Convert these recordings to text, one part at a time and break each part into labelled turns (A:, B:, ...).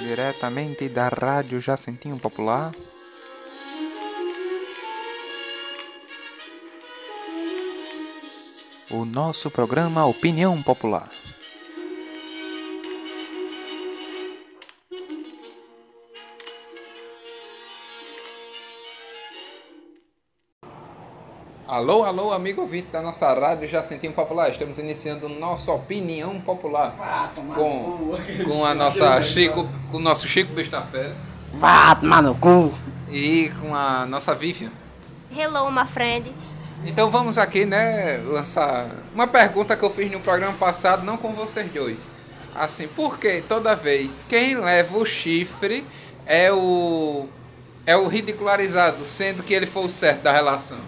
A: diretamente da Rádio Jacentinho Popular. O nosso programa Opinião Popular. Alô, alô, amigo ouvinte da nossa rádio Jacentinho Popular. Estamos iniciando nossa opinião popular
B: Vá Ah, tomar
A: com,
B: no cu. aquele
A: com a
B: Chico
A: nossa
B: que
A: Chico, com o nosso Chico Bestafera
B: eu- Vá tomar no cu.
A: e com a nossa Vivian.
C: Hello, my friend.
A: Então vamos aqui, né, lançar uma pergunta que eu fiz no programa passado, não com vocês de hoje. Assim, por que toda vez quem leva o chifre é o é o ridicularizado, sendo que ele foi o certo da relação?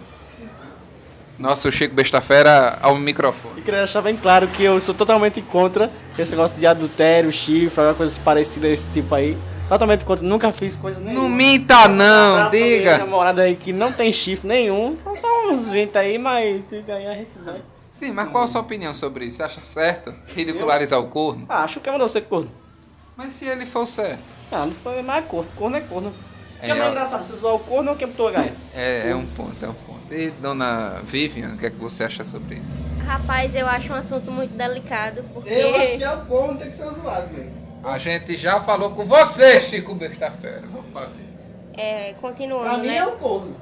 A: Nosso Chico Bestafera ao microfone.
D: E queria deixar bem claro que eu sou totalmente contra esse negócio de adultério, chifre, alguma coisa parecida desse tipo aí. Totalmente contra, nunca fiz coisa nenhuma.
A: Não minta
D: Um
A: não,
D: abraço pra minha
A: diga.
D: namorada aí que não tem chifre nenhum. São só uns 20 aí, mas fica aí a gente vai.
A: Sim, mas qual a sua opinião sobre isso? Você acha certo ridicularizar o corno?
D: Ah, acho que mandou ser corno.
A: Mas se ele for o certo?
D: Ah, não foi mais corno. Corno é corno. O que é
A: É, ó.
D: mais engraçado, se zoar o corno ou quem botou a gaia?
A: É, é um ponto, é um ponto. E dona Vivian, o que é que você acha sobre isso?
C: Rapaz, eu acho um assunto muito delicado, porque
B: Eu acho que é o corno tem que ser zoado, velho.
A: A gente já falou com você, Chico Bestafera. Vamos pra ver.
C: é,
B: Pra
C: continuando,
B: mim
C: né?
B: é o corno.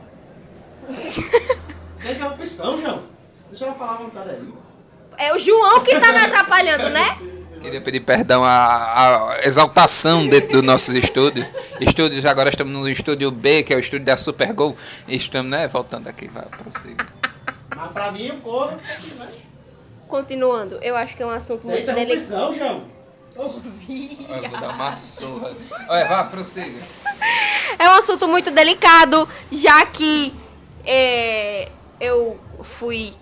B: Sem interrupção, João. Deixa ela falar à vontade aí.
C: É o João que tá me atrapalhando, né?
A: Queria pedir perdão à, à exaltação dentro dos nossos estúdios. Estúdios, agora estamos no estúdio B, que é o estúdio da Super Gol. Estamos, né? Voltando aqui, vai, prossiga.
B: Mas pra mim é o corno tem que ser.
C: Continuando, eu acho que é um assunto
B: Sem
C: muito delicado.
B: interrupção, João.
A: Olha, eu vou dar uma surra. Olha, vai, prossiga.
C: É um assunto muito delicado, já que é, eu fui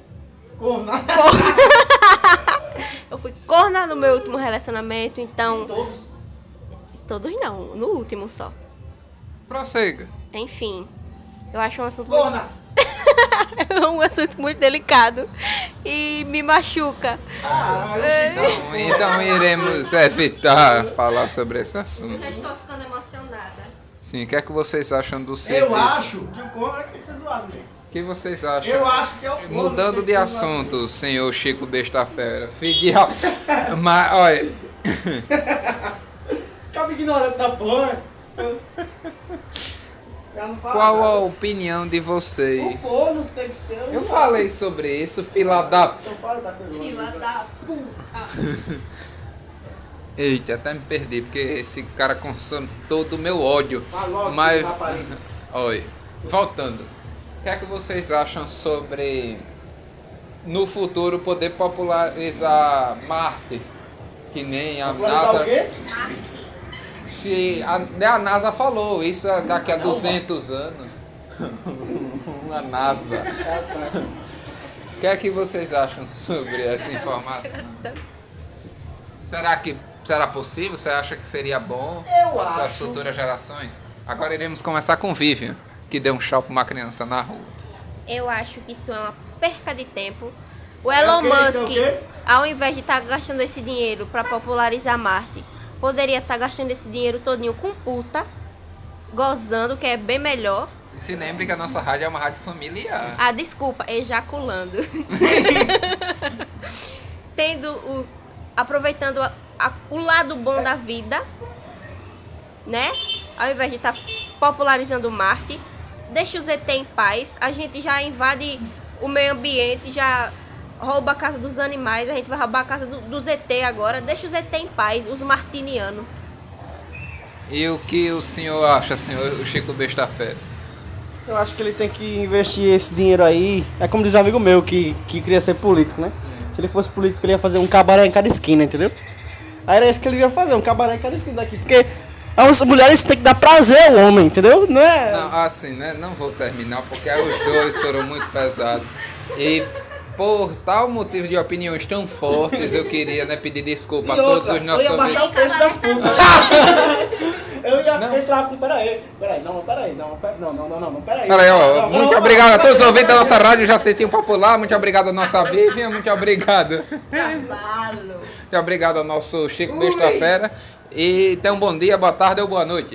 B: Corno.
C: eu fui corna no meu último relacionamento, então
B: Todos.
C: todos não, no último só.
A: Prossiga.
C: Enfim, eu acho um assunto muito
B: Corna.
C: é um assunto muito delicado e me machuca.
B: Ah, mas
A: Então, então iremos evitar falar sobre esse assunto.
C: estou ficando emocionada.
A: Sim, o que é que vocês acham do serviço?
B: Eu acho que o corno tem que ser zoado, velho.
A: O que vocês acham?
B: Eu acho que é o corno. tem
A: Mudando
B: que
A: de
B: ser
A: assunto, senhor Chico Bestafera. Figueira. Mas, olha.
B: zoado. Acaba ignorando da porra. Ela não fala
A: Qual
B: nada.
A: a opinião de vocês?
B: O corno tem que ser.
A: Eu
B: zoado.
A: falei sobre isso, fila da.
B: Então para da coisa.
A: Eita, até me perdi, porque esse cara consome todo o meu ódio.
B: Vai Tá logo,
A: Mas.
B: rapariga.
A: Olha, voltando. O que é que vocês acham sobre. No futuro poder popularizar Marte? Que nem a
B: Popularizar
A: NASA.
B: o quê?
A: Se a, né, a NASA falou isso é daqui a 200 anos. a NASA. O que é que vocês acham sobre essa informação? Será que será possível? Você acha que seria bom
B: Eu
A: para as
B: acho.
A: futuras gerações? Agora iremos começar com Vivian, que deu um chá para uma criança na rua.
C: Eu acho que isso é uma perca de tempo. O
B: Sabe o
C: Elon
B: que é isso?
C: Musk,
B: É o quê?
C: ao invés de estar gastando esse dinheiro para popularizar Marte, poderia estar gastando esse dinheiro todinho com puta, gozando, que é bem melhor.
A: E se lembre que a nossa rádio é uma rádio familiar.
C: Ah, desculpa, ejaculando. Tendo o. Aproveitando a- a- o lado bom da vida, né? Ao invés de estar popularizando Marte, deixa o ZT em paz. A gente já invade o meio ambiente, já rouba a casa dos animais, a gente vai roubar a casa do, do ZT agora. Deixa o ZT em paz, os martinianos.
A: E o que o senhor acha, senhor Chico Bestafé?
D: Eu acho que ele tem que investir esse dinheiro aí. É como diz um amigo meu que, que queria ser político, né? Se ele fosse político, ele ia fazer um cabaré em cada esquina, entendeu? Aí era isso que ele ia fazer, um cabaré em cada esquina daqui. Porque as mulheres têm que dar prazer ao homem, entendeu? Não é.
A: Não, assim, né? Não vou terminar porque os dois foram muito pesados. E por tal motivo de opiniões tão fortes, eu queria né, pedir desculpa a
B: E
A: todos
B: outra,
A: os
B: eu
A: nossos
B: ia baixar
A: ouvintes.
B: o preço das putas. Eu ia
A: Não.
B: entrar com. Peraí, peraí, não, peraí, não, peraí, não, não, não, não, não, peraí.
A: Peraí, ó,
B: Não,
A: muito
B: não,
A: obrigado a
B: não,
A: todos os
B: não,
A: ouvintes da
B: não,
A: nossa rádio Jacetinho Popular, muito obrigado à nossa Vivian, muito obrigado. Muito obrigado ao nosso Chico Besta Fera E tenha um bom dia, boa tarde ou boa noite.